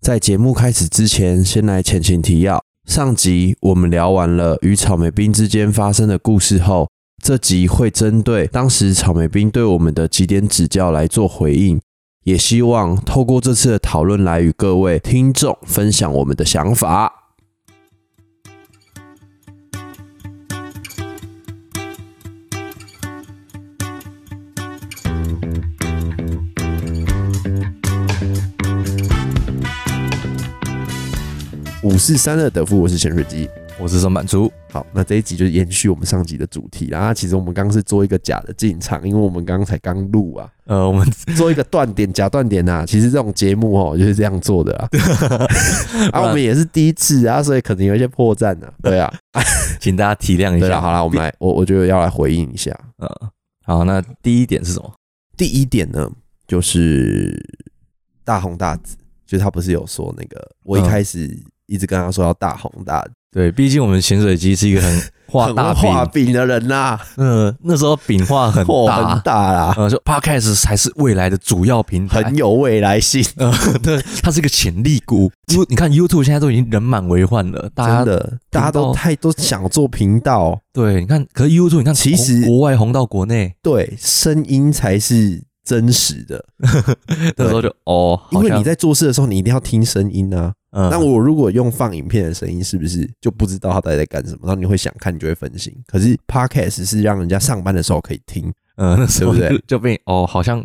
在节目开始之前，先来前情提要。上集我们聊完了与草莓兵之间发生的故事后，这集会针对当时草莓兵对我们的几点指教来做回应，也希望透过这次的讨论来与各位听众分享我们的想法。五四三的德芙，我是潜水机。我是上板猪，好，那这一集就是延续我们上集的主题啦。那其实我们刚刚是做一个假的进场，因为我们刚刚才刚录啊，呃， 我们做一个断点假断点啊。其实这种节目哦、就是这样做的 啊。啊，我们也是第一次啊，所以可能有一些破绽啊。对 啊，请大家体谅一对下。啊。好啦，我们来，我我觉得要来回应一下。呃，好，那第一点是什么？第一点呢，就是大红大紫，就是他不是有说那个，我一嗯开始一直跟他说要大红大紫，对，毕竟我们潜水机是一个很 画很会大饼，画饼的人呐、嗯，那时候饼画很货大，哦很大 啦，呃，就 podcast 才是未来的主要平台，很有未来性。呃，对， 它是一个潜力股。You 你看 YouTube 现在都已经人满为患了，大真家的，大家都太都想做频道，对，你看，可是 YouTube 你看，其从实国外红到国内，对，声音才是真实的。那时候就哦，因好为像你在做事的时候，你一定要听声音啊。嗯，那我如果用放影片的声音，是不是就不知道他到底在干什么？然后你会想看，你就会分心。可是 podcast 是让人家上班的时候可以听，嗯，那时候对不对就就被哦，好像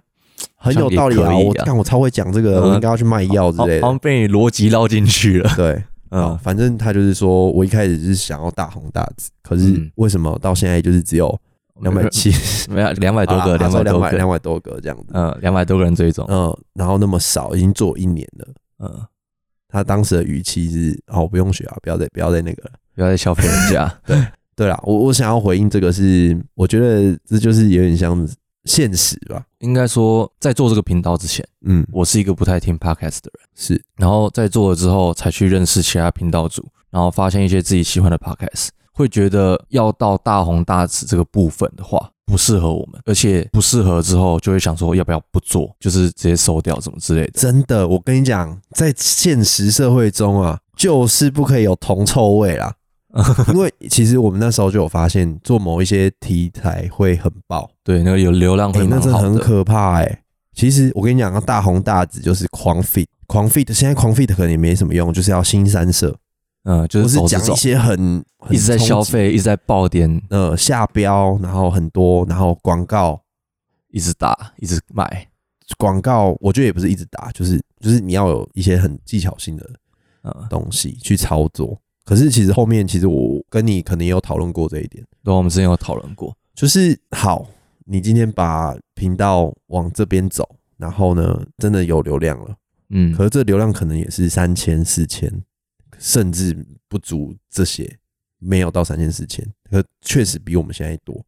很有道理好啊！像也可以我看我超会讲这个，嗯我应该要去卖药之好类好的像。被逻辑绕进去了，对，好，嗯，反正他就是说我一开始是想要大红大紫，可是嗯为什么到现在就是只有两 百七十没有两百多个，两百百多个，啊两百多个这样子？嗯，两百多个人追踪，嗯，然后那么少，已经做一年了。嗯，他当时的语气是：哦，不用学啊，不要再不要再那个了。不要再消费人家， 对啦，我我想要回应这个是，我觉得这就是有点像现实吧。应该说，在做这个频道之前，嗯，我是一个不太听 podcast 的人，是然后在做了之后，才去认识其他频道主，然后发现一些自己喜欢的 podcast，会觉得要到大红大紫这个部分的话，不适合我们，而且不适合之后，就会想说要不要不做，就是直接收掉什么之类的。真的。我跟你讲，在现实社会中啊，就是不可以有铜臭味 啦。因为其实我们那时候就有发现，做某一些题材会很爆，对，那个有流量哎、会那蛮真的好很的，可怕哎、其实我跟你讲，要大红大紫就是狂 fit，狂 fit，现在狂 fit 可能也没什么用，就是要新三社。嗯，就不是是走这讲一种些很很一直在冲击消费，一直在爆点，呃下标，然后很多，然后广告一直打，一直买，广告，我觉得也不是一直打，就是就是你要有一些很技巧性的嗯，东西去操作。可是其实后面其实我跟你可能也有讨论过这一点，对，我们之前有讨论过。就是好，你今天把频道往这边走，然后呢，真的有流量了，嗯，可是这流量可能也是三千、四千，甚至不足这些，没有到三千、四千，可确实比我们现在多。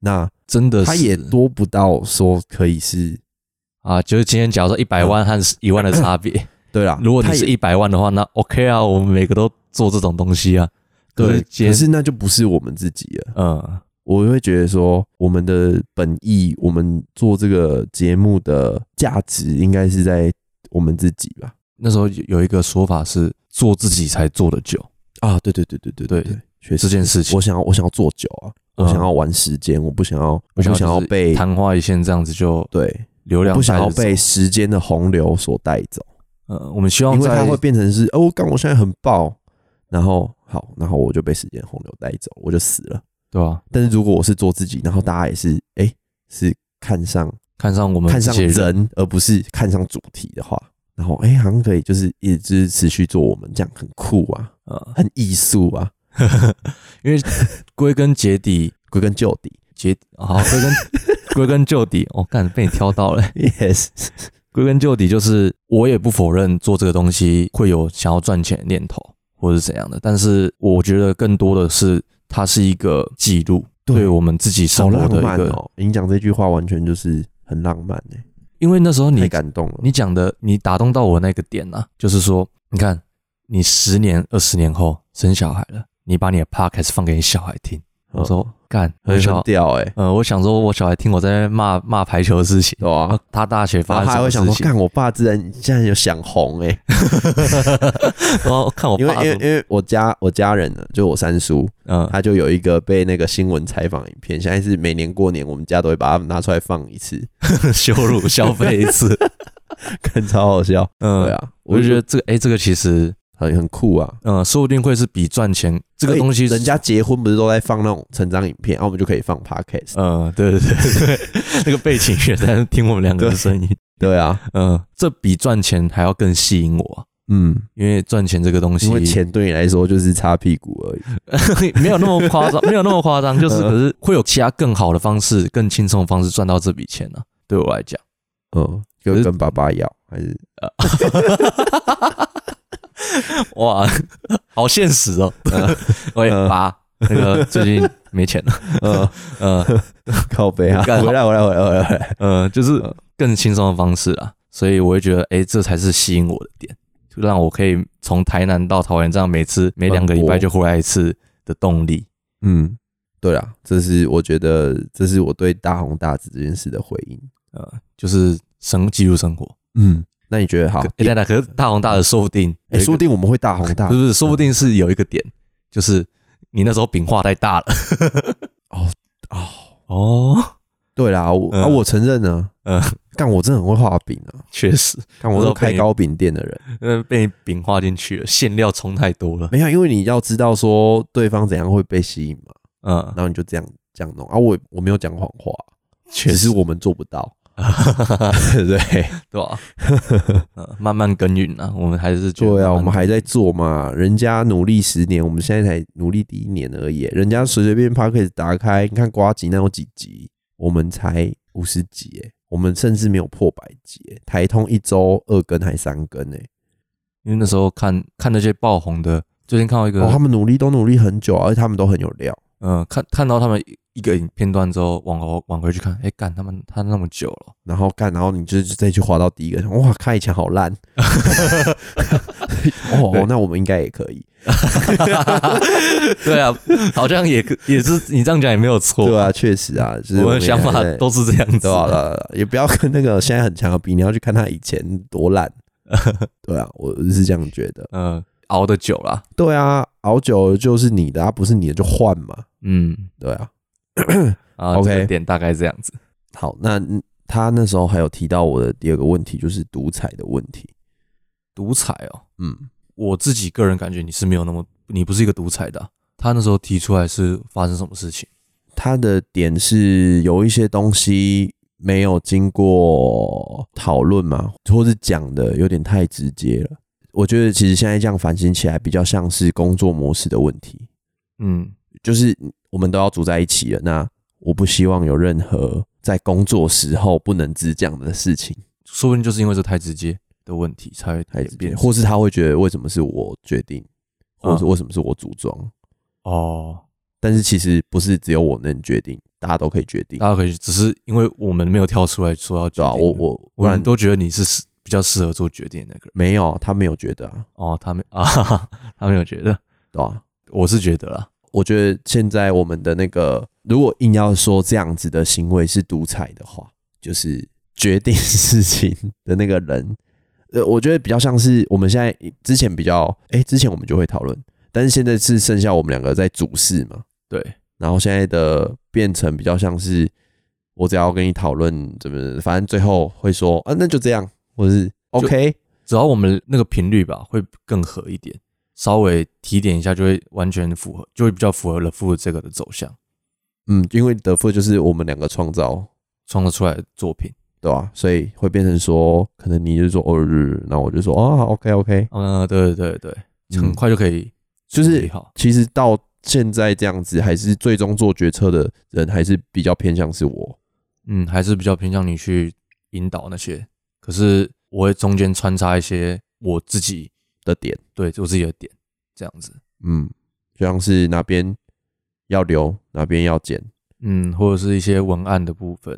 那真的是他也多不到说可以是，啊，就是今天假如说一百万和一 万的差别，对啦，如果你啊他是也一百万的话，那 OK 啊，我们每个都做这种东西啊。可是对，今可天是那就不是我们自己了。嗯我会觉得说，我们的本意，我们做这个节目的价值，应该是在我们自己吧？那时候有有一个说法是做自己才做得久啊，对对对对对对对，确这实，件事情，我想要我想要做久啊，我嗯想要玩时间，我不想要，我不想要就是被昙花一现这样子就对，流量不想要带着走被时间的洪流所带走，嗯，我们希因望为它在会变成是哦，刚我现在很爆，然后好，然后我就被时间洪流带走，我就死了。对吧？但是如果我是做自己，然后大家也是哎、诶是看上看上我们看这上些人，人，而不是看上主题的话，然后哎、诶好像可以就是一直持续做我们这样很酷啊，嗯，很艺术啊，因为归根结底，归根究底结好归 根归根究底，我、哦、干被你挑到了。 ，yes，归根究底，就是我也不否认做这个东西会有想要赚钱的念头，或是怎样的。但是我觉得更多的是，它是一个记录，对对我们自己好生活浪的一漫个。哦、你讲这句话完全就是很浪漫哎、因为那时候太你感动了。嗯你讲的，你打动到我那个点啊，就是说，你看，你十年、二十年后生小孩了，你把你的 podcast 放给你小孩听，我说干，我哦很小很屌哎、欸，呃，我想说，我小孩听我在那边骂骂排球的事情，对吧、啊，他大学然发后生他还会什想么说，事情，看我爸自然竟然有想红哎、欸，然后哦看我因为爸因为怎么，因为我家我家人呢，就我三叔，嗯，他就有一个被那个新闻采访影片，现在是每年过年我们家都会把它拿出来放一次， 嗯 羞辱消费一次，看超好笑。嗯，对，啊，我就觉得这个，哎，这个其实，很很酷啊。嗯，说不定会是比赚钱这个哎东西是，人家结婚不是都在放那种成长影片，然、后啊我们就可以放 podcast。嗯，对对对对， 那个背景乐在听我们两个的声音，对啊，嗯，这比赚钱还要更吸引我啊，嗯，因为赚钱这个东西因为钱对你来说就是擦屁股而已。没有那么夸张，没有那么夸张，就是嗯可是会有其他更好的方式、更轻松的方式赚到这笔钱呢、啊。对我来讲，嗯，就跟爸爸要，还 是哇，好现 实哦。喂，嗯爸，那个最近没钱了，嗯，嗯 靠背啊，干回来回来回来回来回来，嗯，就是呃更轻松的方式啊。所以我会觉得，哎、这才是吸引我的点，就让我可以从台南到桃园这样每次每两个礼拜就回来一次的动力。嗯，对啊，这是我觉得这是我对大红大紫这件事的回应。呃，就是生记录生活。嗯，那你觉得好？哎、欸，那可是大红大的，说不定哎、说不定我们会大红大嗯不是不是，说不定是有一个点，就是你那时候饼画太大了。 哦。哦，对啦，我、嗯啊，我承认呢、嗯啊，干我真的很会画饼啊，确实，干我我都都开被糕饼店的人，呃，被饼画进去了，馅料冲太多了。没有，因为你要知道说对方怎样会被吸引嘛，嗯然，后你就这样这样弄啊，我我没有讲谎话，确只是实，我们做不 到，对对吧、嗯，慢慢耕耘啊，我们还是觉得 对啊，慢慢我们还在做嘛，人家努力十年，我们现在才努力第一年而已，人家随随便 p o c k e t 打开，你看瓜吉那有几集，我们才五十集、欸，我们甚至没有破百集欸、台通一周二更还三更呢、因为那时候看看那些爆红的，最近看到一个，哦，他们努力都努力很久啊，而且他们都很有料。嗯、看看到他们一一个影片段之后，往后往回去看，哎、干他们他那么久了， 然后干，然后你就再去滑到第一个，哇，看以前好 烂。哦对，那我们应该也可以，对啊，好像也也是你这样讲也没有错，对啊，确实啊，就是我们们的想法也还在都是这样子 对啊，对啊对啊也不要跟那个现在很强的比，你要去看他以前多 烂。对啊，我是这样觉得。嗯、熬得久了，对啊，熬久了就是你的，啊，不是你的就换嘛。嗯，对啊，啊 OK 这个点大概这样子，好，那嗯他那时候还有提到我的第二个问题，就是独裁的问题。独裁哦，嗯，我自己个人感觉你是没有那么，你不是一个独裁的啊、他那时候提出来是发生什么事情？他的点是有一些东西没有经过讨论嘛，或是讲的有点太直接了。我觉得其实现在这样反省起来，比较像是工作模式的问题，嗯就是我们都要住在一起了。那我不希望有任何在工作时候不能只讲的事情，说不定就是因为这太直接的问题才会太演直接，变或是他会觉得为什么是我决定，或者是嗯为什么是我组装。哦，但是其实不是只有我能决定，大家都可以决定，大家可以只是因为我们没有跳出来说要决对定吧、我我我不然们都觉得你是适比较适合做决定的那个人没有，他没有觉得啊，哦，他没 啊哈哈，他没有觉得，对吧、我是觉得啦，我觉得现在我们的那个，如果硬要说这样子的行为是独裁的话，就是决定 事情的那个人，呃，我觉得比较像是我们现在之前比较，哎、之前我们就会讨论，但是现在是剩下我们两个在主事嘛，对，然后现在的变成比较像是我只要跟你讨论怎么，反正最后会说啊，那就这样，或者是 OK，只要我们那个频率吧会更合一点，稍微提点一下就会完全符合，就会比较符合了父这个的走向，嗯，因为德富就是我们两个创造创作出来的作品。对吧、啊所以会变成说，可能你就说哦日，那我就说哦好，OK OK，嗯，对对对对，嗯很快就可以就处理是好。其实到现在这样子，还是最终做决策的人还是比较偏向是我，嗯，还是比较偏向你去引导那些，可是我会中间穿插一些我自己的点，对我自己的点，这样子。嗯，就像是哪边要留，哪边要剪，嗯，或者是一些文案的部分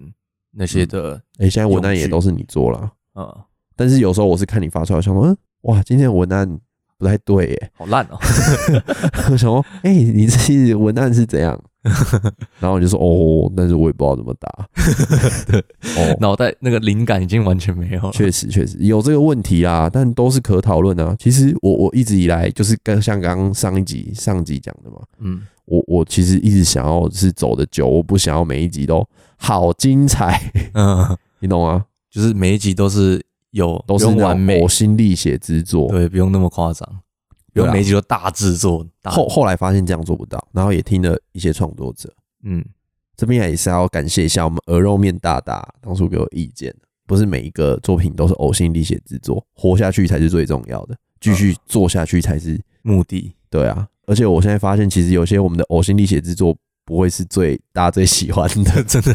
那些的，哎、现在文案用也具都是你做了，嗯，但是有时候我是看你发出来，我想说，嗯，哇，今天的文案不太对耶， 好烂哦。我想说，哎、你这文案是怎样？然后我就说哦，但是我也不知道怎么答。 哦，脑袋那个灵感已经完全没有了。确实确实有这个问题啦，但都是可讨论啊。其实我我一直以来就是跟像刚刚上一集上集讲的嘛，嗯，我我其实一直想要是走的久，我不想要每一集都好精彩，嗯，你懂吗？ 就是每一集都是有都是不用那种完美呕，心沥血之作。对，不用那么夸张，不对啊用每一集都大制作。大后后来发现这样做不到，然后也听了一些创作者。嗯，这边也是要感谢一下我们鹅肉面大大当初给我意见，不是每一个作品都是呕心沥血之作，活下去才是最重要的，嗯继续做下去才是目的，对啊。而且我现在发现，其实有些我们的呕心沥血之作不会是最大家最喜欢的 真的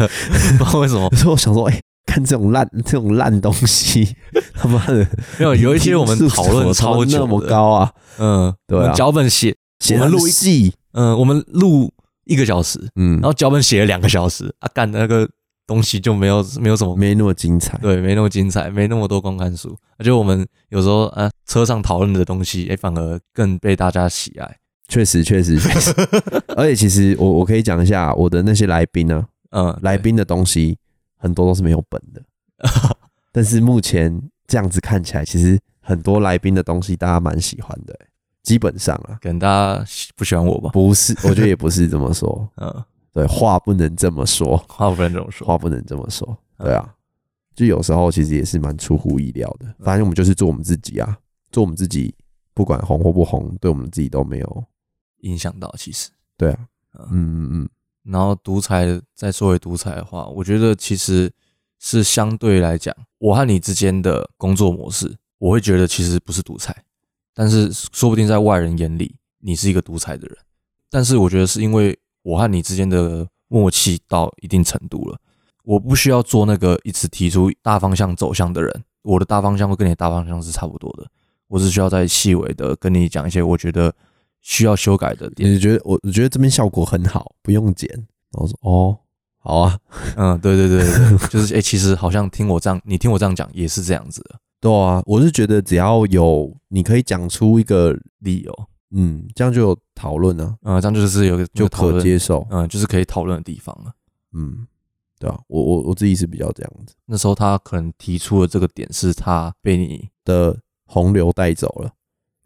不知道为什么所以我想说，哎、看这种烂这种烂东西， 他妈的，没呃有有一些我们评数讨论怎么超久那么的，高啊，嗯，对啊我们脚本写，写我们得录很一细，嗯，我们录一个小时，嗯然，后脚本写了两个小时，啊，干那个东西就没有没有什么没那么精彩，对，没那么精彩，没那么多观看数。而啊且我们有时候啊，车上讨论的东西，哎、反而更被大家喜爱。确实确实确 实。而且其实我我可以讲一下我的那些来宾啊，嗯，来宾的东西很多都是没有本 的，但是目前这样子看起来，其实很多来宾的东西大家蛮喜欢的欸、基本上啊，可能大家喜不喜欢我吧？不是，我觉得也不是这么说， 嗯，对，话不能这么说，话不能这么说。话不能这么说，嗯对啊，就有时候其实也是蛮出乎意料嗯的，反正我们就是做我们自己啊，做我们自己，不管红或不红，对我们自己都没有，影响到其实。对啊，嗯嗯嗯，然后独裁，再说回独裁的话，我觉得其实是相对来讲，我和你之间的工作模式，我会觉得其实不是独裁，但是说不定在外人眼里，你是一个独裁的人。但是我觉得是因为我和你之间的默契到一定程度了，我不需要做那个一直提出大方向走向的人，我的大方向会跟你的大方向是差不多的，我只需要在细微的跟你讲一些我觉得需要修改的点。你觉得我我觉得这边效果很好，不用剪，然后说哦，好啊。嗯，对对对对对，就是哎、诶其实好像听我这样，你听我这样讲也是这样子的对啊，我是觉得只要有你可以讲出一个，理由，嗯，这样就有讨论啊，嗯，这样就是有个就讨可论，接受。嗯，就是可以讨论的地方了。嗯，对啊，我我我自己是比较这样子那时候他可能提出的这个点是他被你，的，洪流带走了，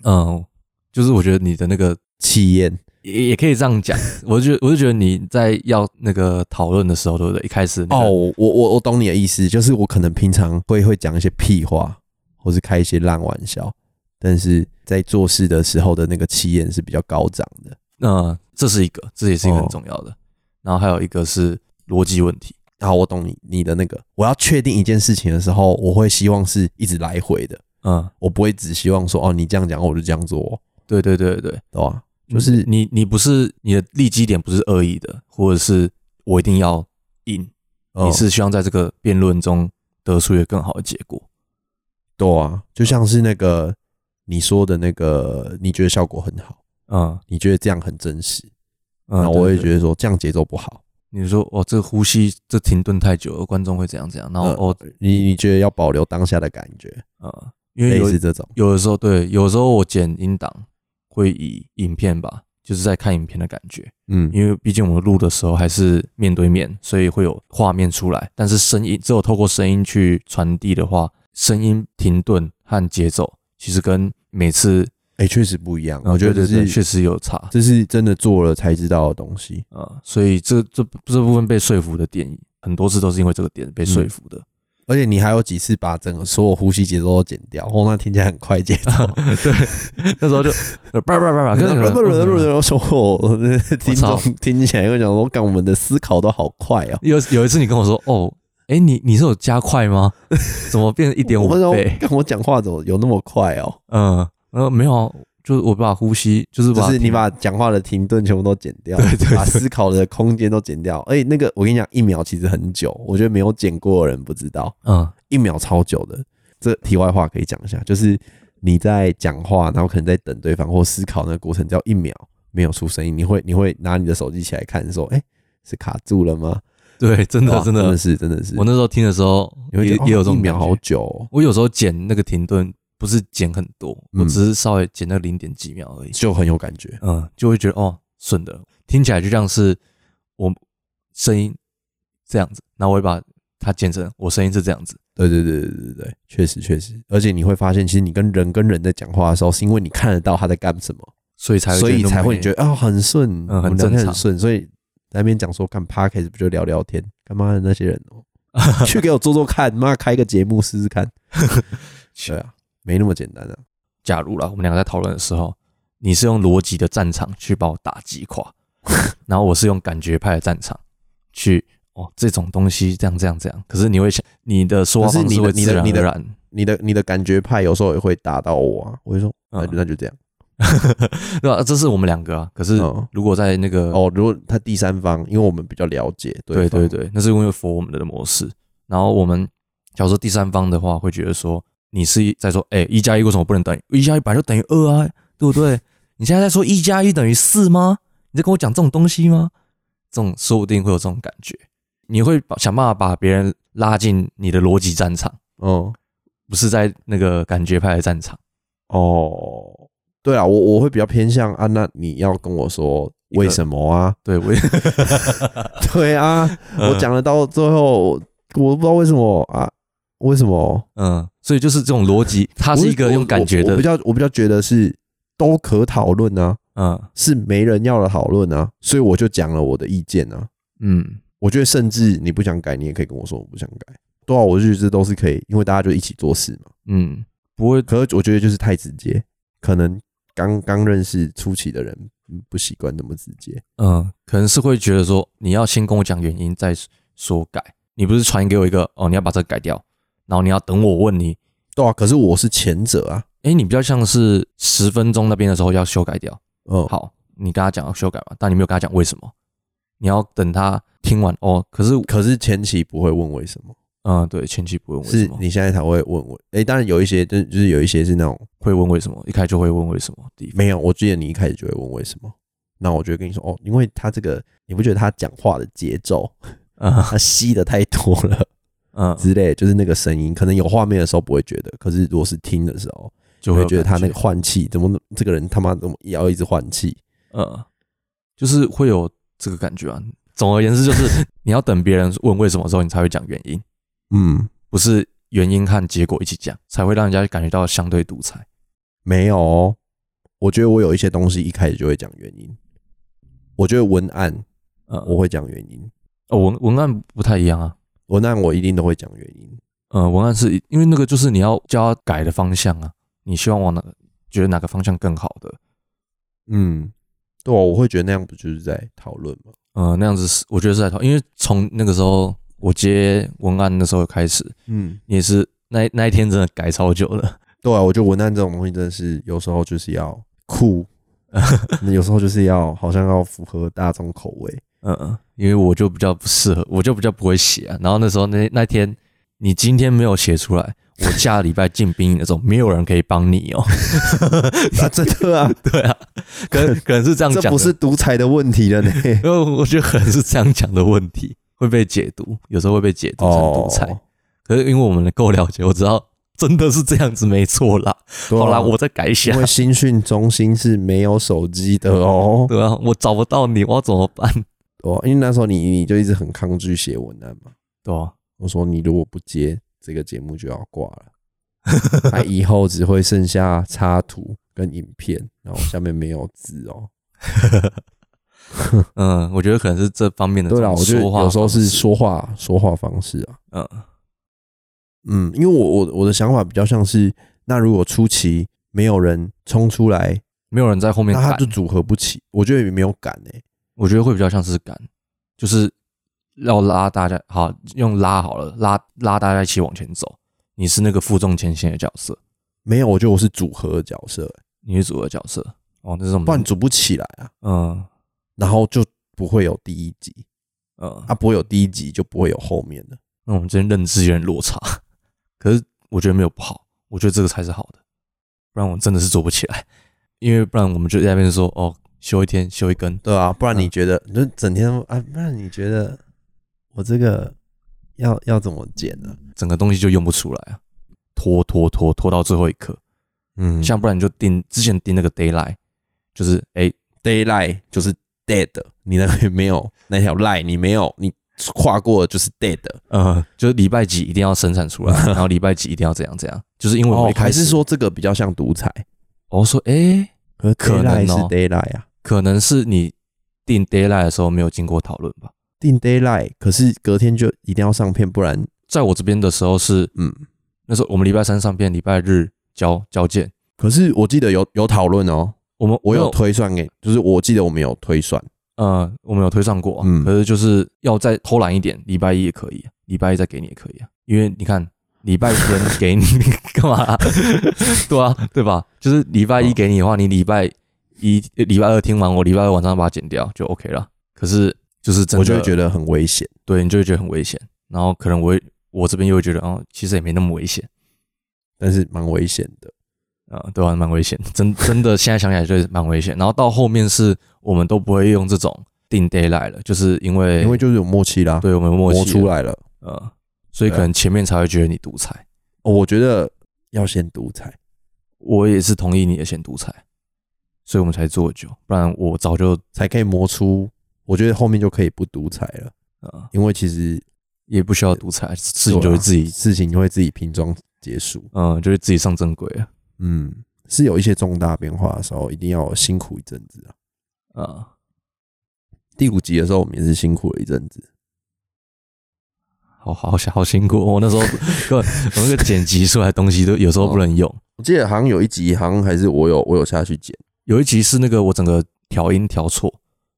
嗯，就是我觉得你的那个气焰。也也可以这样讲，我就觉我就觉得你在要那个讨论的时候，对不对？一开始那哦，个，我我我懂你的意思，就是我可能平常会会讲一些屁话，或是开一些烂玩笑，但是在做事的时候的那个气焰是比较高涨的。嗯，这是一个，这也是一个很哦重要的。然后还有一个是逻辑问题，好，我懂你你的那个，我要确定一件事情的时候，我会希望是一直来回的，嗯，我不会只希望说哦，你这样讲我就这样做哦，对对对对对，对吧？就是你你不是你的立基点不是恶意的，或者是我一定要赢，哦你是希望在这个辩论中得出一个更好的结果。对啊，就像是那个你说的那个，你觉得效果很好，嗯你觉得这样很真实，嗯，然后我也得觉得说这样节奏不好，你说哦，这呼吸这停顿太久了，观众会怎样怎样，然后嗯哦你你觉得要保留当下的感觉，呃，因为类有似这种，有的时候对，有的时候我剪音档会以影片吧，就是在看影片的感觉，嗯因为毕竟我们录的时候还是面对面，所以会有画面出来，但是声音只有透过声音去传递的话，声音停顿和节奏其实跟每次哎，确实不一样，呃我觉对得对对确是实有差这是真的做了才知道的东西，呃，所以这这这部分被说服的点很多次都是因为这个点被说服的，而且你还有几次把整个所有呼吸节奏都剪掉，哦，那听起来很快节啊奏， 那时候就呃叭叭 叭叭，跟然后说我听操众听起来会讲说，干我们的思考都好快哦。 有有一次你跟我说哦。哎，你你是有加快吗？怎么变一点五我说倍？干我讲话怎么有那么快哦？嗯，呃，没有啊，就是我把呼吸，就是就把是你停把讲话的停顿全部都剪掉， 对对对把思考的空间都剪掉。而且那个我跟你讲，一秒其实很久，我觉得没有剪过的人不知道，嗯一秒超久的。这题外话可以讲一下，就是你在讲话，然后可能在等对方或思考那个过程，只要一秒没有出声音，你会你会拿你的手机起来看，说，哎、是卡住了吗？对，真的哇真真的的，是真的是，我那时候听的时候你会也觉得也有哦这种一秒感觉好久哦、我有时候剪那个停顿不是剪很多，我嗯只是稍微剪那零点几秒而已，就很有感觉。嗯，就会觉得哦顺的，听起来就像是我声音这样子，那我会把它剪成我声音是这样子。对对对对对对，确实确实，而且你会发现，其实你跟人跟人在讲话的时候，是因为你看得到他在干什么，所以才会所以那么才会美觉得啊、很顺，嗯很我们聊天正常很顺，所以在那边讲说看 p a r k 不就聊聊天，干嘛的那些人 哦、去给我做做看，妈开个节目试试看，对啊，没那么简单啊，假如啦，我们两个在讨论的时候，你是用逻辑的战场去把我打击 垮，然后我是用感觉派的战场去哦，这种东西这样这样这样。可是你会想，你的说话可是方你式的会你自的然你的而然，你的你的感觉派有时候也会打到我啊，我就说那就嗯那就这样，对吧、这是我们两个啊。可是嗯如果在那个、哦，如果他第三方，因为我们比较了解对方对对，那是因为佛我们的模式。然后我们假如说第三方的话，会觉得说你是在说，哎、一加一为什么不能等于一加一本来就等于二啊，对不对？你现在在说一加一等于四吗？你在跟我讲这种东西吗？这种说不定会有这种感觉，你会把想办法把别人拉进你的逻辑战场，嗯。不是在那个感觉派的战场。哦，对啊，我我会比较偏向啊，那你要跟我说个为什么啊？对我也 对啊，嗯我讲了到最后，我不知道为什么啊，为什么？嗯，所以就是这种逻辑，它是一我个我用感觉我我比的，较我比较觉得是都可讨论啊，嗯是没人要的讨论啊，所以我就讲了我的意见啊。嗯，我觉得甚至你不想改，你也可以跟我说我不想改。对啊，我就觉得这都是可以，因为大家就一起做事嘛。嗯，不会，可是我觉得就是太直接，可能刚刚认识初期的人嗯不习惯那么直接。嗯，可能是会觉得说，你要先跟我讲原因，再说改。你不是传给我一个哦，你要把这个改掉，然后你要等我问你，对啊，可是我是前者啊。诶，你比较像是十分钟那边的时候要修改掉。嗯，好，你跟他讲要修改嘛，但你没有跟他讲为什么，你要等他听完哦。可是，可是前期不会问为什么，嗯，对，前期不会问为什是么，你现在才会问我。哎、当然有一些，就是就是有一些是那种会问为什么，一开始就会问为什么 地方。没有，我记得你一开始就会问为什么，那我就会跟你说哦，因为他这个，你不觉得他讲话的节奏，嗯他吸的太多 了嗯，之类，就是那个声音，可能有画面的时候不会觉得，可是如果是听的时 候，就会有觉得他那感个换气怎么这个人他妈怎么也要一直换气，呃，就是会有这个感觉啊。总而言之，就是 你要等别人问为什么之后，你才会讲原因。嗯，不是原因和结果一起讲，才会让人家感觉到相对独裁。没有哦，我觉得我有一些东西一开始就会讲原因，我觉得文案嗯，我会讲原因。哦文文案不太一样啊。文案我一定都会讲原因。呃，文案是因为那个就是你要教他改的方向啊，你希望往哪，觉得哪个方向更好的，嗯，对、啊，我会觉得那样不就是在讨论吗？呃，那样子是我觉得是在讨，因为从那个时候我接文案的时候开始，嗯，你也是那那一天真的改超久了，对啊，我觉得文案这种东西真的是有时候就是要 酷，那有时候就是要好像要符合大众口味。 嗯、嗯，因为我就比较不适合，我就比较不会写啊。然后那时候那那天你今天没有写出来，我下礼拜进兵营的时候，没有人可以帮你哦。 啊，真的啊，对啊，可能可能是这样这讲的，不是独裁的问题了呢。因为我觉得可能是这样讲的问题会被解读，有时候会被解读成哦独裁。哦可是因为我们够了解，我知道真的是这样子，没错啦。对啊好啦，我再改一下因。为新训中心是没有手机的哦。对啊，我找不到你，我要怎么办？哦，因为那时候你你就一直很抗拒写文案嘛。对啊，我说你如果不接这个节目就要挂了，他以后只会剩下插图跟影片，然后下面没有字 哦。嗯，我觉得可能是这方面的这对啦，种我觉得说话有时候方是式，说话说话方式啊，嗯嗯，因为我我我的想法比较像是，那如果初期没有人冲出来，没有人在后面那他赶就，组合不起，我觉得也没有欸感诶、我觉得会比较像是赶，就是要拉大家，好用拉好了，拉拉大家一起往前走。你是那个负重前行的角色，没有，我觉得我是组合的角色、欸你是主的角色。哦，那是我不然们组不起来啊，嗯然后就不会有第一集，嗯啊，不会有第一集就不会有后面的。那我们之间认知有点落差， 可是我觉得没有不好，我觉得这个才是好的，不然我真的是做不起来，因为不然我们就在那边说哦，休一天休一根，对啊，不然你嗯觉得、你就整天啊？不然你觉得我这个要要怎么剪呢、整个东西就用不出来啊，拖拖拖拖到最后一刻，嗯像不然你就定之前定那个 d a y l i g h t 就是哎、 daylight 就是 dead，你那边没有那条 line，你没有你跨过就是 dead。呃，就是礼拜几一定要生产出来， 然后礼拜几一定要怎样怎样，就是因为我哦一，开还始、是说这个比较像独裁？我说，哎、可可 d a 能 y l 哦 i g h t 是 daylight 啊，可能是你定 d a y l i g h t 的时候没有经过讨论吧。定 daylight，可是隔天就一定要上片，不然在我这边的时候是嗯。那时候我们礼拜三上片，礼拜日交交件。可是我记得有有讨论哦，我们我有推，推算给，就是我记得我们有推算，呃，我们有推上过，嗯可是就是要再偷懒一点，礼拜一也可以，啊礼拜一再给你也可以啊，因为你看礼拜天给你 干嘛、啊 对啊，对吧？就是礼拜啊一给你的话，你礼拜一、呃礼拜二听完，我礼拜二晚上把它剪掉就 OK 了。可是就是真的，我就会觉得，得很危险。对你就会觉得很危险，然后可能我会我这边又会觉得，哦，其实也没那么危险。但是蛮危险的。啊、对啊，蛮危险，真真的，现在想起来就是蛮危险。然后到后面是我们都不会用这种定 d a y l i g h t 了，就是因为因为就是有默契啊啦，对我们有默磨契出了，来啊了。呃，所以可能前面才会觉得你独裁。哦我觉得要先独裁，我也是同意你的先独裁，所以我们才做久，不然我早就才可以磨出。我觉得后面就可以不独裁了，呃因为其实也不需要独裁，事情就对啊会自己事情就会自己拼装结束。嗯、就会自己上正轨了嗯，是有一些重大变化的时候，一定要辛苦一阵子啊。啊、第五集的时候，我们也是辛苦了一阵子。好好好辛苦，哦我那时候 根本我那个剪辑出来的东西都有时候嗯不能用。我记得好像有一集，好像还是我有我有下去剪有一集是那个我整个调音调错，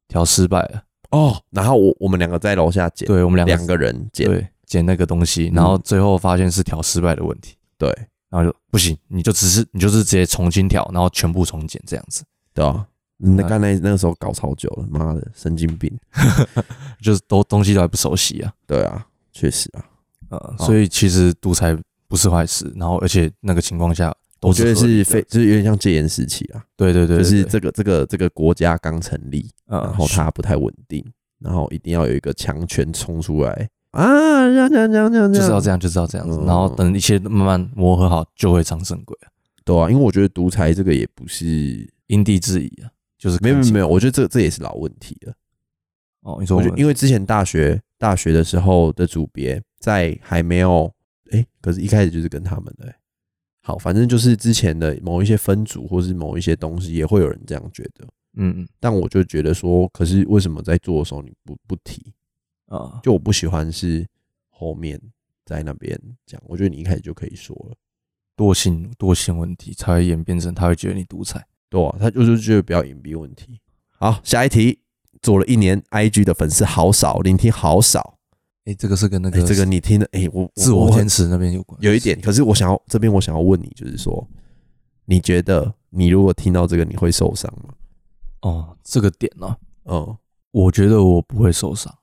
调失败了。哦，然后我我们两个在楼下剪，对我们两个两个人剪，对剪那个东西，嗯然后最后发现是调失败的问题，对然后就不行，你就只是你就是直接重新调，然后全部重剪这样子，对啊。那嗯刚才那个时候搞超久了，妈的神经病。就是都东西都还不熟悉啊，对啊，确实啊。呃，哦所以其实独裁不是坏事，然后而且那个情况下都我觉得合是理的非，就是有点像戒严时期啊，对对对，就是对这个这个这个国家刚成立，呃，然后它不太稳定，然后一定要有一个强权冲出来啊，这样这样这样这样，就是要这样，就是要这样子，嗯然后等一切慢慢磨合好，就会上正轨，对啊，因为我觉得独裁这个也不是，因地制宜啊，就是没有没看有情没有，我觉得这这也是老问题了。哦，你说我我觉们得因为之前大学大学的时候的组别在还没有哎、可是一开始就是跟他们的、欸好，反正就是之前的某一些分组或是某一些东西，也会有人这样觉得。嗯但我就觉得说，可是为什么在做的时候你不不提？嗯啊就我不喜欢是后面在那边讲，我觉得你一开始就可以说了，多性多性问题才会演变成他会觉得你独裁。对啊，他就是觉得不要隐蔽问题。好，下一题，做了一年，IG 的粉丝好少，聆听好少。哎、这个是跟那哎、个这个你听的，哎、我自我很坚持那边有关，有一点，可是我想要这边我想要问你，就是说，你觉得你如果听到这个，你会受伤吗？哦，这个点呢、嗯，我觉得我不会受伤，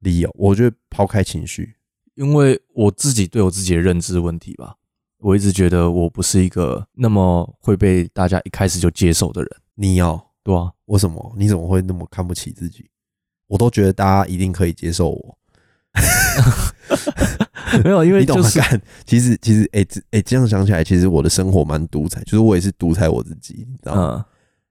理由，我觉得抛开情绪，因为我自己对我自己的认知问题吧，我一直觉得我不是一个那么会被大家一开始就接受的人，你哦，对 啊，为什么？你怎么会那么看不起自己？我都觉得大家一定可以接受我，没有，因为你懂就吗？是干， 其实其实，哎、这哎、这样想起来，其实我的生活蛮独裁，就是我也是独裁我自己，你知道吗？嗯，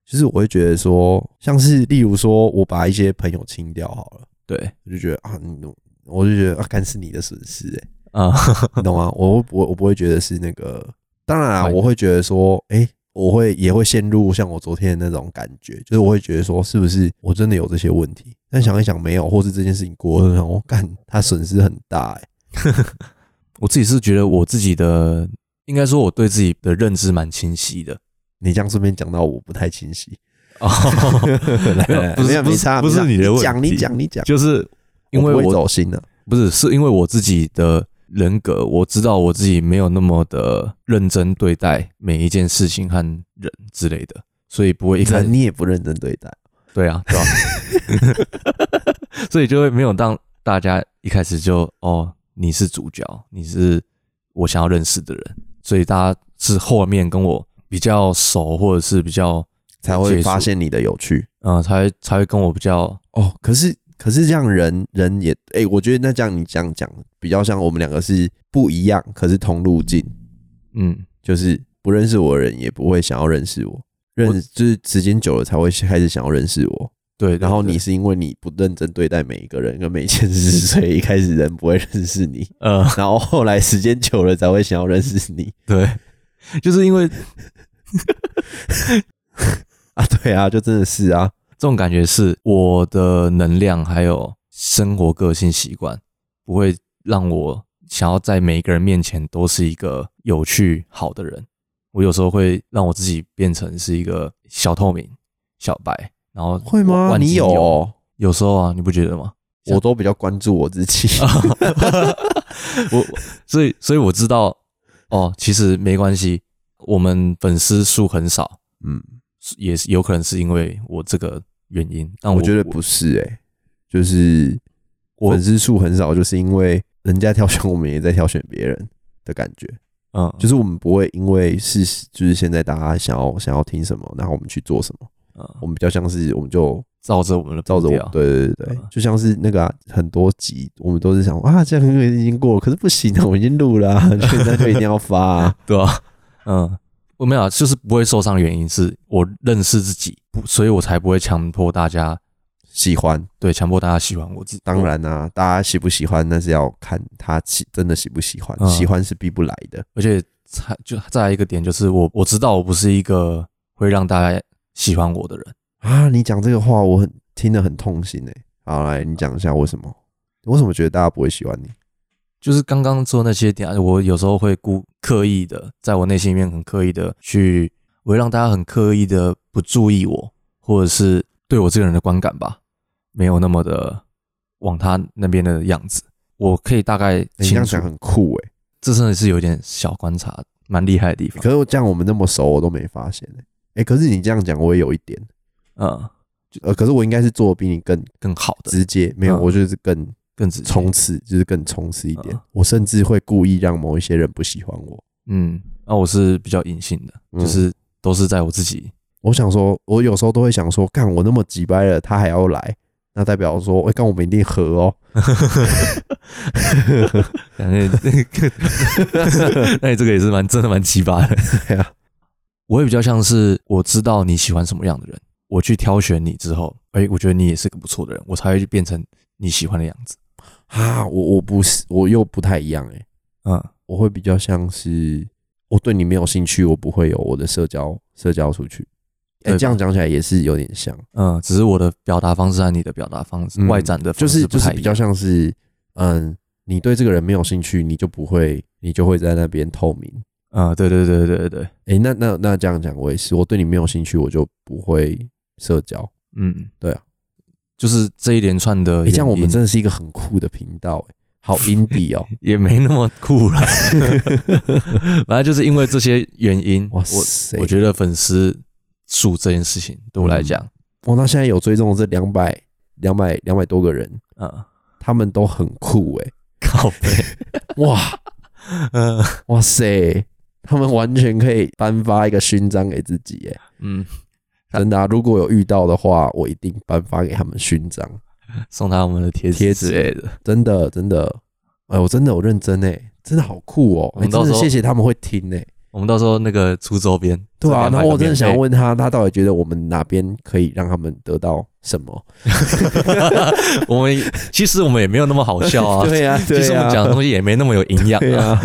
就是我会觉得说，像是例如说，我把一些朋友清掉好了，对，我就觉得啊，你我就觉得啊，干是你的损失、欸，啊、你懂吗？我不我我不会觉得是那个，当然啊，坏的我会觉得说，哎、我会也会陷入像我昨天的那种感觉，就是我会觉得说，是不是我真的有这些问题？但想一想没有，或是这件事情过后，我干他损失很大、欸，我自己是觉得我自己的，应该说我对自己的认知蛮清晰的。你这样顺便讲到我不太清晰， 哦， 没有，不没是有不没是差，不没是差你的问题，讲你讲你讲，就是因为我不会我走心的、不是，是因为我自己的人格，我知道我自己没有那么的认真对待每一件事情和人之类的，所以不会一开始你也不认真对待，对啊，对 吧、所以就会没有让大家一开始就哦，你是主角，哦你是我想要认识的人，所以大家是后面跟我比较熟，或者是比较才会发现你的有趣。呃，才会才会跟我比较哦，可是可是这样人人也哎、我觉得那这样你这样讲比较像我们两个是不一样，可是同路径，嗯，就是不认识我的人也不会想要认识我，认我就是时间久了才会开始想要认识我。对，对然后对你是因为你不认真对待每一个人跟每一件事，所以一开始人不会认识 你，呃，然后后来时间久了才会想要认识你对， 就是因为啊。对啊，就真的是啊，这种感觉是我的能量还有生活个性习惯，不会让我想要在每一个人面前都是一个有趣好的人。我有时候会让我自己变成是一个小透明、小白，然后会吗？万你金有、油？哦，有时候啊，你不觉得吗？我都比较关注我自 己。我所以所以我知道哦，其实没关系，我们粉丝数很少，嗯，也是有可能是因为我这个原因。但我我觉得不是诶、就是我粉丝数很少，就是因为人家挑选我们，也在挑选别人的感觉。嗯，就是我们不会因为事实，就是现在大家想要想要听什么，然后我们去做什么。嗯我们比较像是我们就照着我们的照着我步调们，对对对对嗯，就像是那个啊、很多集我们都是想啊，这样因为已经过了，可是不行啊，我已经录了、啊，现在就一定要发、 啊。对啊，嗯，我没有啊，就是不会受伤的原因是我认识自己，不，所以我才不会强迫大家，喜欢，对，强迫大家喜欢我自己。当，然啊，大家喜不喜欢那是要看他喜真的喜不喜欢，嗯喜欢是逼不来的。而且才就再来一个点就是我我知道我不是一个会让大家喜欢我的人，啊，你讲这个话，我很听得很痛心哎、好，来你讲一下为什么？你为什么觉得大家不会喜欢你？欸就是刚刚说那些点啊，我有时候会故刻意的，在我内心里面很刻意的去，我会让大家很刻意的不注意我，或者是对我这个人的观感吧，没有那么的往他那边的样子。我可以大概你这清样楚讲，很酷哎、这真的是有点小观察，蛮厉害的地方。可是我这样我们那么熟，我都没发现哎、哎、可是你这样讲，我也有一点，嗯，呃，可是我应该是做的比你更更好的，直接，没有，嗯我就是更更直接冲刺，就是更冲刺一点。嗯我甚至会故意让某一些人不喜欢我。嗯，那、我是比较隐性的，嗯就是都是在我 自己。我想说，我有时候都会想说，干我那么急掰了，他还要来，那代表说，哎、干我们一定合哦。感觉 那你这个也是蛮真的蛮奇葩的。 对啊，我也比较像是我知道你喜欢什么样的人，我去挑选你之后，哎、我觉得你也是个不错的人，我才会变成你喜欢的样子。啊，我我不是，我又不太一样哎、嗯我会比较像是我对你没有兴趣，我不会有我的社交社交出去。哎、对吧这样讲起来也是有点像，嗯，只是我的表达方式和你的表达方式、嗯外展的就方式是不就是太一比较样。像是，嗯，你对这个人没有兴趣，你就不会，你就会在那边透明。嗯，对对对对对对，哎、那那那这样讲，我也是，我对你没有兴趣，我就不会社交。嗯，对啊，就是这一连串的哎、原因，这样我们真的是一个很酷的频道、哎，好 indie 哦、 也没那么 酷了。 反正就是因为这些原因，哇我塞我觉得粉丝数这件事情对我来讲，哇，那现在有追踪的这两百两百两百多个人，嗯，他们都很酷 哎、靠 背，哇嗯哇塞，他们完全可以颁发一个勋章给自己哎、嗯，真的、啊，如果有遇到的话，我一定颁发给他们勋章，送他们的贴贴纸纸之类的。真的真的，哎、我真的我认真哎、真的好酷哦、我哎，们到真的时候谢谢他们会听哎、我们到时候那个出周边，对啊，这然后200个我真的免想费，问他，他到底觉得我们哪边可以让他们得到什么？ 我们其实我们也没有那么好笑 啊，对啊，其对实我们啊，讲的 东西也没那么有营养对啊，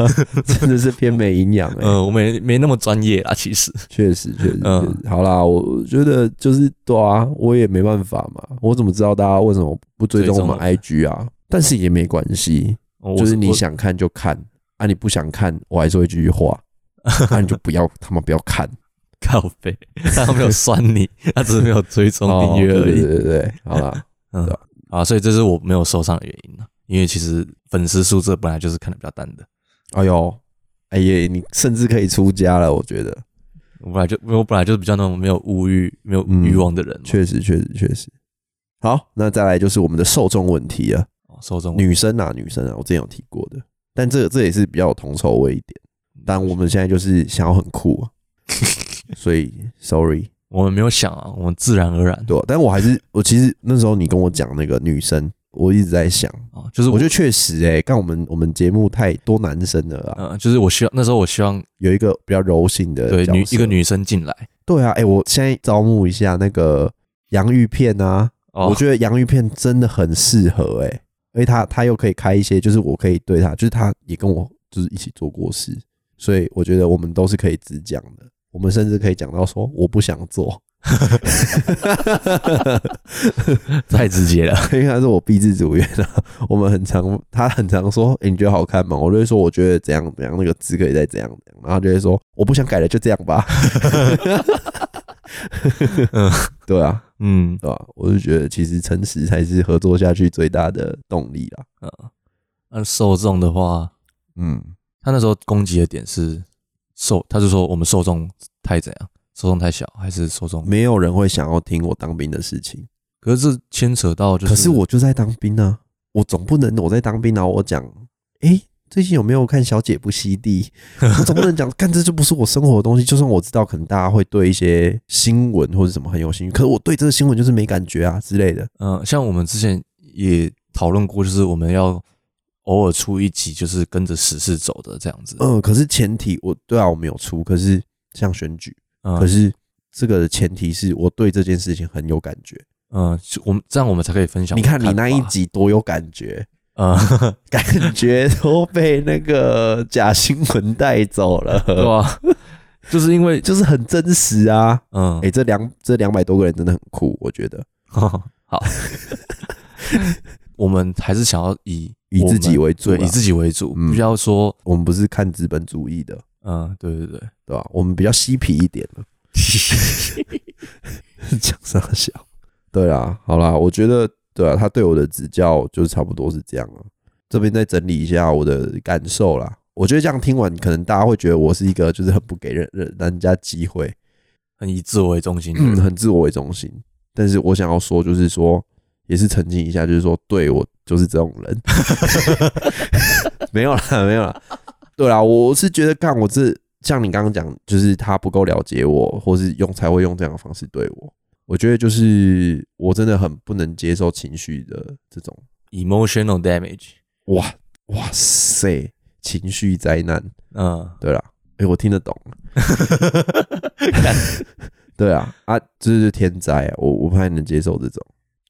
真的是偏没营养哎，嗯，我们也没那么专业啊，其实，确实确实。嗯确实好啦，我觉得就是对啊，我也没办法嘛，我怎么知道大家为什么不追踪我们 IG 啊？但是也没关系，我就是你，想看就看啊，你不想看，我还是会继续 画，那、你就不要他妈不要看，我靠背， 他没有 酸你，他只是没有追踪哦订阅而对对已对对对，好啦，嗯对啊啊，所以这是我没有受伤的原因啊，因为其实粉丝数字本来就是看的比较淡的，哎呦，哎呀，你甚至可以出家了，我觉得。我本来就我本来就是比较那种没有物欲、没有嗯欲望的人嘛，确实，确实，确实。好，那再来就是我们的受众问题了。哦受众女生啊，女生啊，我之前有提过的，但这这也是比较有同仇味一点。但我们现在就是想要很酷、 啊，所以 sorry，我们没有想啊，我们自然而然对、啊。但我还是，我其实那时候你跟我讲那个女生，我一直在想，啊，就是我觉得确实哎、欸，干我们我们节目太多男生了啊，嗯，就是我希望那时候我希望有一个比较柔性的对角女色一个女生进来，对啊，哎、我现在招募一下那个洋芋片啊，哦我觉得洋芋片真的很适合哎、欸，而且他他又可以开一些，就是我可以对他，就是他也跟我就是一起做过事，所以我觉得我们都是可以只讲的，我们甚至可以讲到说我不想做， 太直接 了。因为他是我必自主愿啊。我们很常他很常说、欸你觉得好看吗？我就会说我觉得怎样怎样，那个字可以再怎样怎样，然后他就会说我不想改了，就这样吧。嗯对啊，嗯，对吧、我就觉得其实诚实才是合作下去最大的动力啦。那受众的话，嗯，他那时候攻击的点是受，他是说我们受众太怎样，受众太小，还是受众？没有人会想要听我当兵的事情，可是这牵扯到就是，可是我就在当兵啊，我总不能我在当兵然后我讲，诶，最近有没有看《小姐不吸 地》？我总不能讲，干这就不是我生活的东西。就算我知道，可能大家会对一些新闻或者什么很有兴趣，可是我对这个新闻就是没感觉啊之类的。嗯、像我们之前也讨论过，就是我们要偶尔出一集，就是跟着时事走的这样子。嗯，可是前提我对啊，我没有出，可是像选举，嗯可是这个的前提是我对这件事情很有感觉。嗯，就我们这样我们才可以分享你我们的看看法。你那一集多有感觉， 嗯，感觉都被那个假新闻带走 对啊了，吧、就是因为就是很真实啊！嗯哎、，这两这两百多个人真的很酷，我觉得 好， 我们还是想要以以自己为为主啊，对，以自己为主，嗯不要说我们不是看资本主义的，嗯，对对对，对吧、我们比较嬉皮一点了， 讲啥小？对啊，好啦，我觉得对啊，他对我的指教就是差不多是这样了。这边再整理一下我的感受啦，我觉得这样听完，可能大家会觉得我是一个就是很不给人人人家机会，很以自我为中心的嗯，人。很自我为中心。但是我想要说，就是说，也是澄清一下，就是说，对我就是这种人， 没有啦，没有啦。对啦，我是觉得干我这像你刚刚讲，就是他不够了解我，或是用才会用这样的方式对我。我觉得就是我真的很不能接受情绪的这种， emotional damage。哇哇塞，情绪灾难。嗯，对啦，哎、我听得 懂。对啊，啊，这是天灾、啊，我我不太能接受这种。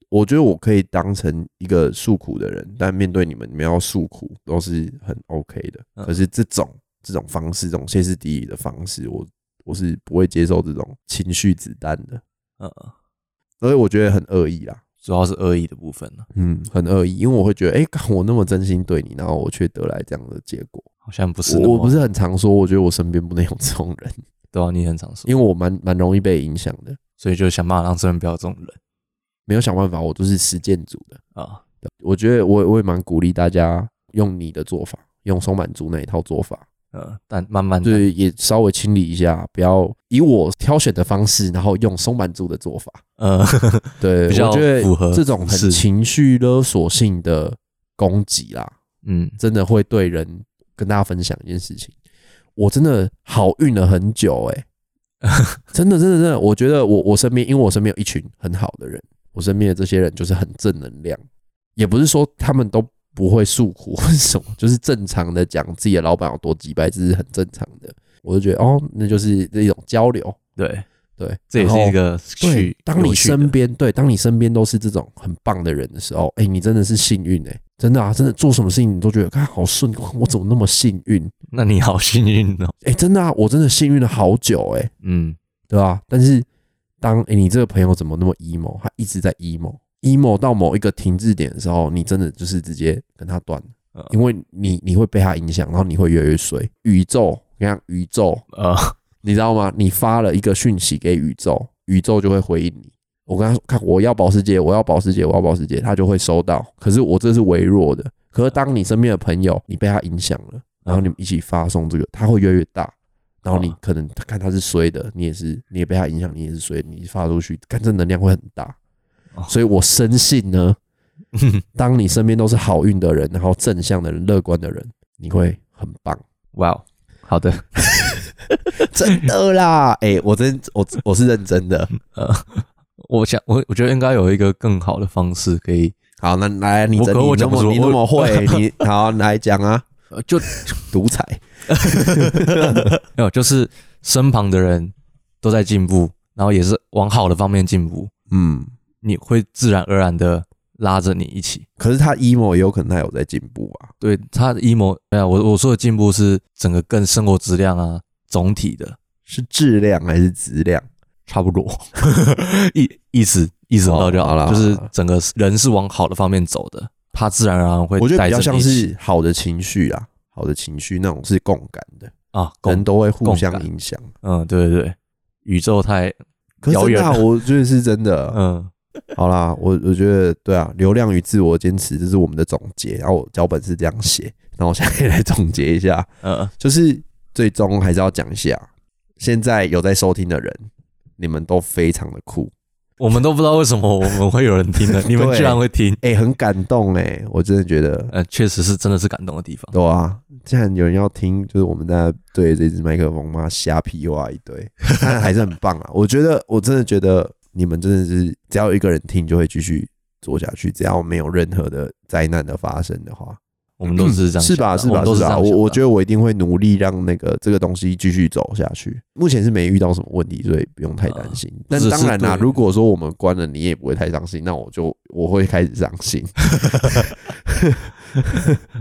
我觉得我可以当成一个诉苦的人，但面对你们，你们要诉苦都是很 OK 的。嗯可是这种这种方式，这种歇斯底里的方式，我我是不会接受这种情绪子弹的，嗯，所以我觉得很恶意啦。主要是恶意的部分啊呢，嗯，很恶意，因为我会觉得，哎、干我那么真心对你，然后我却得来这样的结果。好像不是那我么我不是很常说，我觉得我身边不能有这种人。对啊，你很常说，因为我蛮蛮容易被影响的，所以就想办法让身边不要有这种人没有想办法，我都是实践组的。啊。我觉得我我也蛮鼓励大家用你的做法，用松满族那一套做法，嗯，但慢慢就的，是也稍微清理一下，不要以我挑选的方式，然后用松满族的做法。呃， 对，比较我觉符合得这种是很情绪勒索性的攻击啦，嗯真的会对人跟大家分享一件事情，我真的好运了很久 哎、真的真的真的，我觉得我我身边，因为我身边有一群很好的人，我身边的这些人就是很正能量，也不是说他们都不会诉苦 或是什么，就是正常的讲自己的老板有多几百，这是很正常的。我就觉得哦，那就是一种交流，对，对，这也是一然后个对去。当你有趣的身边对，当你身边都是这种很棒的人的时候，哎、你真的是幸运哎、真的啊，真的做什么事情你都觉得，看好顺， 我怎么那么幸运？那你好幸运哦。哎、真的啊，我真的幸运了好久哎、嗯，对吧、但是当哎、你这个朋友怎么那么 emo，他一直在 emo，emo 到某一个停滞点的时候，你真的就是直接跟他断，呃因为你你会被他影响，然后你会越来越衰。宇宙，你看宇宙，呃，你知道吗？你发了一个讯息给宇宙，宇宙就会回应你。我跟他说：“看，我要保时捷，我要保时捷，我要保时捷。”他就会收到。可是我这是微弱的。可是当你身边的朋友，你被他影响了，然后你们一起发送这个，他会越来越大。然后你啊可能看他是衰的，你也是，你也被他影响，你也是衰的，你发出去，看这能量会很大哦。所以我深信呢，当你身边都是好运的人，然后正向的人、乐观的人，你会很棒。哇哦，好的， 真的啦，哎、我真我我是认真的。我想我我觉得应该有一个更好的方式可以，好，那来你我整可你我那讲不么出你那我么 会，你好来讲啊，呃就 独裁，没有，就是身旁的人都在进步，然后也是往好的方面进步，嗯，你会自然而然的拉着你一起。可是他 emo 也有可能他有在进步啊。对他的 emo，哎呀，我我说的进步是整个更生活质量啊，总体的是质量还是质量？差不多， 意意思意思很到就哦好啦就好是啦整个人是往好的方面走的，他自然而然会我觉得带比着较你像一起是好的情绪啊，好的情绪那种是共感的，啊，人共都会互共相感影响。嗯，对对对，宇宙太可是遥真远的啊、我觉得是真 的。嗯好啦，我我觉得对啊，流量与自我坚持，这是我们的总结。然后我脚本是这样写，那我现在来总结一下，嗯就是最终还是要讲一下，现在有在收听的人，你们都非常的酷，我们都不知道为什么我们会有人听 的，你们居然会听，哎、很感动哎、我真的觉得，呃，确实是真的是感动的地方。对啊，竟然有人要听，就是我们在对着这支麦克风嘛瞎屁话一堆，但还是很棒啊！ 我觉得，我真的觉得你们真的是，只要有一个人听，就会继续做下去，只要没有任何的灾难的发生的话，我们都是这样嗯是想的啊，吧？是我吧？们都是这吧？样我想我的啊觉得我一定会努力让那个这个东西继续走下去。目前是没遇到什么问题，所以不用太担心。但只是当然啦、对如果说我们关了，你也不会太伤心，那我就我会开始伤心。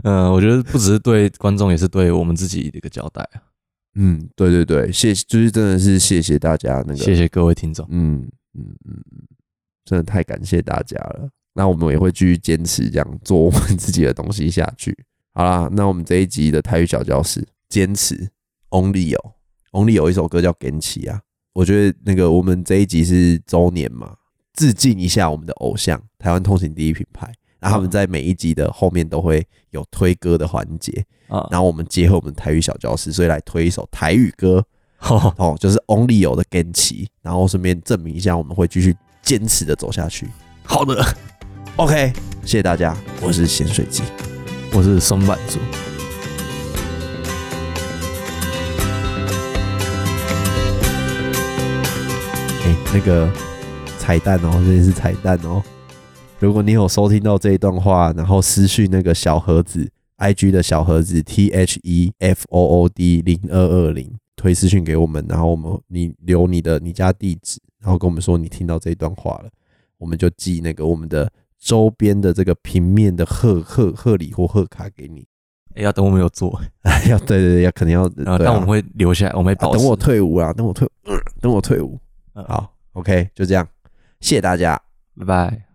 嗯，我觉得不只是对观众，也是对我们自己的一个交代啊。嗯，对对对，谢，就是真的是谢谢大家那个啊谢谢各位听众，嗯嗯嗯，嗯，真的太感谢大家了。那我们也会继续坚持这样做我们自己的东西下去。 好啦，那我们这一集的台语小教室坚持 Only 有 Only 有一首歌叫《跟起》啊，我觉得那个我们这一集是周年嘛，致敬一下我们的偶像台湾通行第一品牌。那他们在每一集的后面都会有推歌的环节，啊，然后我们结合我们台语小教室，所以来推一首台语歌。好，哦，就是 Only 有的 Gen 期，然后顺便证明一下，我们会继续坚持的走下去。好的， OK，谢谢大家，我是咸水鸡。我是松板族。哎、那个彩蛋哦，这里是彩蛋哦。如果你有收听到这一段话，然后私讯那个小盒子，IG 的小盒子 T H E F O O D 零二二零推私讯给我们，然后我们你留你的你家地址，然后跟我们说你听到这一段话了，我们就寄那个我们的周边的这个平面的贺贺贺礼或贺卡给你。 哎，要等我们有做，哎，要对对对，要肯定要，然后对啊但我们会留下来，我们会啊保等持我。退伍啊，等我退，等我退伍。嗯好，OK，就这样，谢谢大家。拜拜。